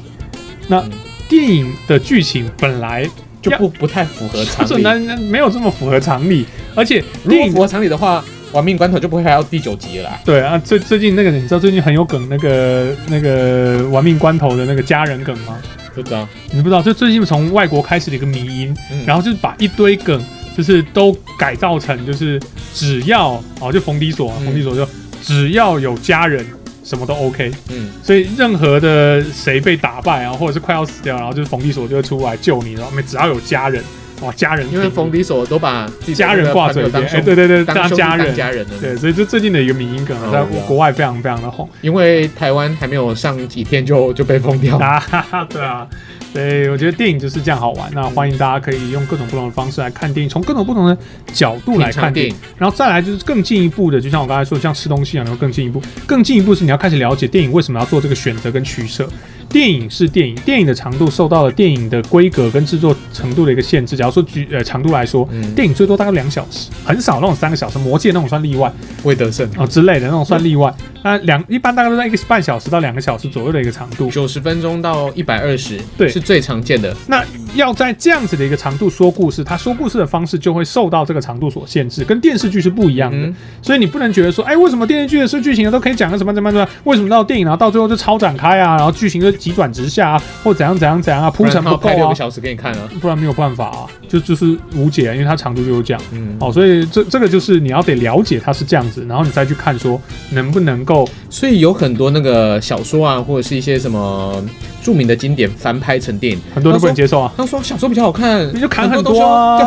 Speaker 1: 那
Speaker 2: 嗯
Speaker 1: 电影的剧情本来
Speaker 2: 就不不太符合常
Speaker 1: 就是
Speaker 2: 理。
Speaker 1: 难难嗯没有这么符合常理，而且
Speaker 2: 如
Speaker 1: 电
Speaker 2: 果符
Speaker 1: 影
Speaker 2: 合常理的话，《亡命关头》就不会拍到第九集了啦。
Speaker 1: 对啊，最最近那个你知道最近很有梗那个那个亡命关头的那个家人梗吗？
Speaker 2: 不知道，
Speaker 1: 你不知道，就最近从外国开始的一个迷因，
Speaker 2: 嗯
Speaker 1: 然后就是把一堆梗，就是都改造成就是只要哦，就冯迪所啊，
Speaker 2: 嗯
Speaker 1: 冯迪所就只要有家人，什么都 OK。
Speaker 2: 嗯，
Speaker 1: 所以任何的谁被打败啊，或者是快要死掉，然后就是冯迪所就会出来救你，然后没只要有家人，哇，家人
Speaker 2: 因为冯迪所都把自己的
Speaker 1: 家人挂嘴
Speaker 2: 朋
Speaker 1: 边，哎，
Speaker 2: 友当兄
Speaker 1: 对对对，
Speaker 2: 当兄弟
Speaker 1: 家人
Speaker 2: 当。家人了。
Speaker 1: 对，所以就最近的一个民音梗啊，
Speaker 2: 哦
Speaker 1: 在
Speaker 2: 我知道
Speaker 1: 国外非常非常的红。
Speaker 2: 因为台湾还没有上几天就就被封掉。
Speaker 1: 啊，哈哈，对啊，所以我觉得电影就是这样好玩。
Speaker 2: 嗯
Speaker 1: 那欢迎大家可以用各种不同的方式来看电影，从各种不同的角度来
Speaker 2: 品
Speaker 1: 看
Speaker 2: 尝
Speaker 1: 电
Speaker 2: 电
Speaker 1: 影
Speaker 2: 影，，
Speaker 1: 然后再来就是更进一步的，就像我刚才说，像吃东西一样，然后更进一步，更进一步是你要开始了解电影为什么要做这个选择跟取舍。电影是电影，电影的长度受到了电影的规格跟制作程度的一个限制。假如说举呃长度来说，
Speaker 2: 嗯，
Speaker 1: 电影最多大概两小时，很少那种三个小时，《魔戒》那种算例外。
Speaker 2: 魏德胜
Speaker 1: 哦之类的那种算例外。那两一般大概都在一个半小时到两个小时左右的一个长度。
Speaker 2: 九十分钟到一百二十，
Speaker 1: 对
Speaker 2: 是最常见的。
Speaker 1: 那要在这样子的一个长度说故事，他说故事的方式就会受到这个长度所限制，跟电视剧是不一样的。
Speaker 2: 嗯，
Speaker 1: 所以你不能觉得说，哎，为什么电视剧的是剧情都可以讲个什么怎么怎么，为什么到电影然后到最后就超展开啊，然后剧情就急转直下啊，或怎样怎样怎样啊，铺陈
Speaker 2: 然
Speaker 1: 不
Speaker 2: 他
Speaker 1: 够
Speaker 2: 拍六
Speaker 1: 啊
Speaker 2: 个，小时给你看啊。
Speaker 1: 不然没有办法啊，就就是无解，因为它长度就是这样。
Speaker 2: 嗯，
Speaker 1: 哦，所以这这个就是你要得了解它是这样子，然后你再去看说能不能够
Speaker 2: 所以有很多那个小说啊，或者是一些什么著名的经典翻拍成电影。
Speaker 1: 很多人都不能接受啊，
Speaker 2: 他说小说比较好看，
Speaker 1: 你就砍很
Speaker 2: 很东
Speaker 1: 多
Speaker 2: 西要
Speaker 1: 啊
Speaker 2: 掉，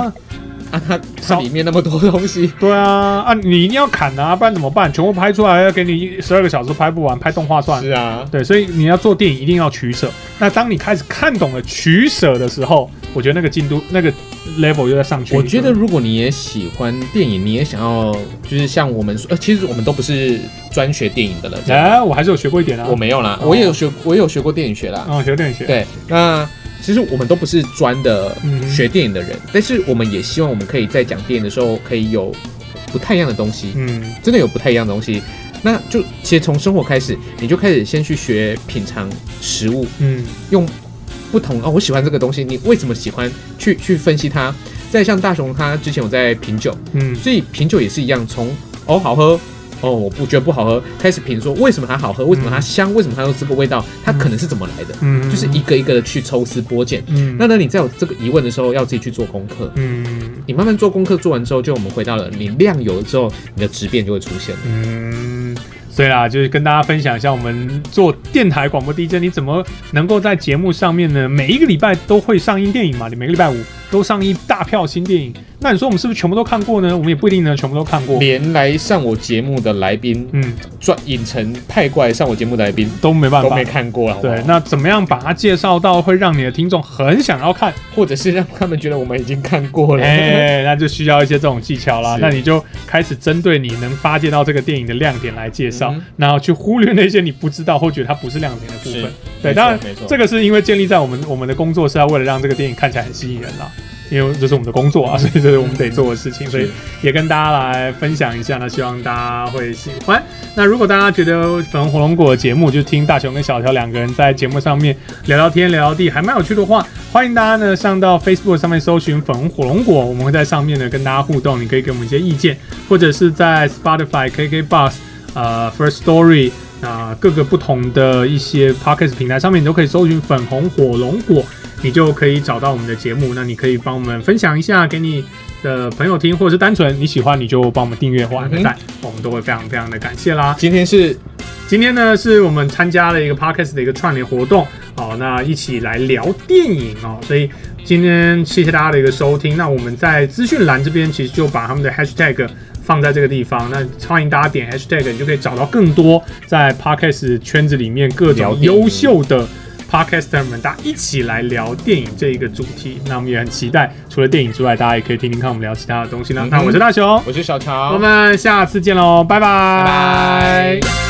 Speaker 2: 啊，它
Speaker 1: 少
Speaker 2: 它里面那么多东西，
Speaker 1: 对啊，啊，你一定要砍啊，不然怎么办？全部拍出来要给你十二个小时拍不完，拍动画算了。
Speaker 2: 是啊，
Speaker 1: 对，所以你要做电影一定要取舍。那当你开始看懂了取舍的时候，我觉得那个进度、那个 level 又在上去一
Speaker 2: 我
Speaker 1: 个。
Speaker 2: 觉得如果你也喜欢电影，你也想要就是像我们说，呃，其实我们都不是专学电影的了，这样
Speaker 1: 哎、我还是有学过一点啊。
Speaker 2: 我没有啦，
Speaker 1: 哦
Speaker 2: 我也有学，我也有学过电影学啦。
Speaker 1: 啊、学电影学。，
Speaker 2: 对，那其实我们都不是专的
Speaker 1: 嗯
Speaker 2: 学电影的人，但是我们也希望我们可以在讲电影的时候可以有不太一样的东西，
Speaker 1: 嗯
Speaker 2: 真的有不太一样的东西。那就其实从生活开始，你就开始先去学品尝食物，
Speaker 1: 嗯
Speaker 2: 用不同哦，我喜欢这个东西，你为什么喜欢？去去分析它。再像大雄，他之前有在品酒，
Speaker 1: 嗯
Speaker 2: 所以品酒也是一样，从哦好喝，哦我不觉得不好喝，开始品说为什么它好喝，为什么它香，为什么它有这个味道，它可能是怎么来的，
Speaker 1: 嗯，
Speaker 2: 就是一个一个的去抽丝剥茧。
Speaker 1: 嗯
Speaker 2: 那呢，你在有这个疑问的时候，要自己去做功课。
Speaker 1: 嗯
Speaker 2: 你慢慢做功课，做完之后，就我们回到了你量有了之后，你的质变就会出现了。
Speaker 1: 嗯，所以啦，就是跟大家分享一下，我们做电台广播 DJ，你怎么能够在节目上面呢？每一个礼拜都会上映电影嘛，你每个礼拜五都上映大票新电影。那你说我们是不是全部都看过呢？我们也不一定能全部都看过。
Speaker 2: 连来上我节目的来宾，
Speaker 1: 嗯，
Speaker 2: 转影城派过来上我节目的来宾
Speaker 1: 都没办
Speaker 2: 都
Speaker 1: 法
Speaker 2: 没。看过，啊好不好
Speaker 1: 对，那怎么样把它介绍到会让你的听众很想要看？
Speaker 2: 或者是让他们觉得我们已经看过了。
Speaker 1: 哎，那就需要一些这种技巧啦。
Speaker 2: 是
Speaker 1: 那你就开始针对你能发现到这个电影的亮点来介绍
Speaker 2: 嗯哼，
Speaker 1: 然后去忽略那些你不知道或觉得它不是亮点的部分。
Speaker 2: 是没
Speaker 1: 对，
Speaker 2: 错
Speaker 1: 当然
Speaker 2: 没错
Speaker 1: 这个是因为建立在我们我们的工作是要为了让这个电影看起来很吸引人啦，因为这是我们的工作啊，所以这是我们得做的事情，所以也跟大家来分享一下呢，希望大家会喜欢。那如果大家觉得粉红火龙果的节目，就听大雄跟小乔两个人在节目上面聊聊天、聊聊地，还蛮有趣的话，欢迎大家呢上到 Facebook 上面搜寻粉红火龙果，我们会在上面呢跟大家互动，你可以给我们一些意见，或者是在 Spotify、KK Bus、呃 First Story 啊、各个不同的一些 Podcast 平台上面，你都可以搜寻粉红火龙果。你就可以找到我们的节目。那你可以帮我们分享一下给你的朋友听，或者是单纯你喜欢你就帮我们订阅或按个赞，我们都会非常非常的感谢啦。
Speaker 2: 今天是
Speaker 1: 今天呢，是我们参加了一个 podcast 的一个串联活动，好、那一起来聊电影哦，所以今天谢谢大家的一个收听。那我们在资讯栏这边其实就把他们的 hashtag 放在这个地方，那欢迎大家点 hashtag，你就可以找到更多在 podcast 圈子里面各
Speaker 2: 聊
Speaker 1: 种
Speaker 2: 电影
Speaker 1: 优秀的 podcaster 们，大家一起来聊电影这一个主题。那我们也很期待，除了电影之外，大家也可以听听看我们聊其他的东西啦。
Speaker 2: 嗯哼
Speaker 1: 那我是大雄，
Speaker 2: 我是小乔，
Speaker 1: 我们下次见喽，拜
Speaker 2: 拜拜。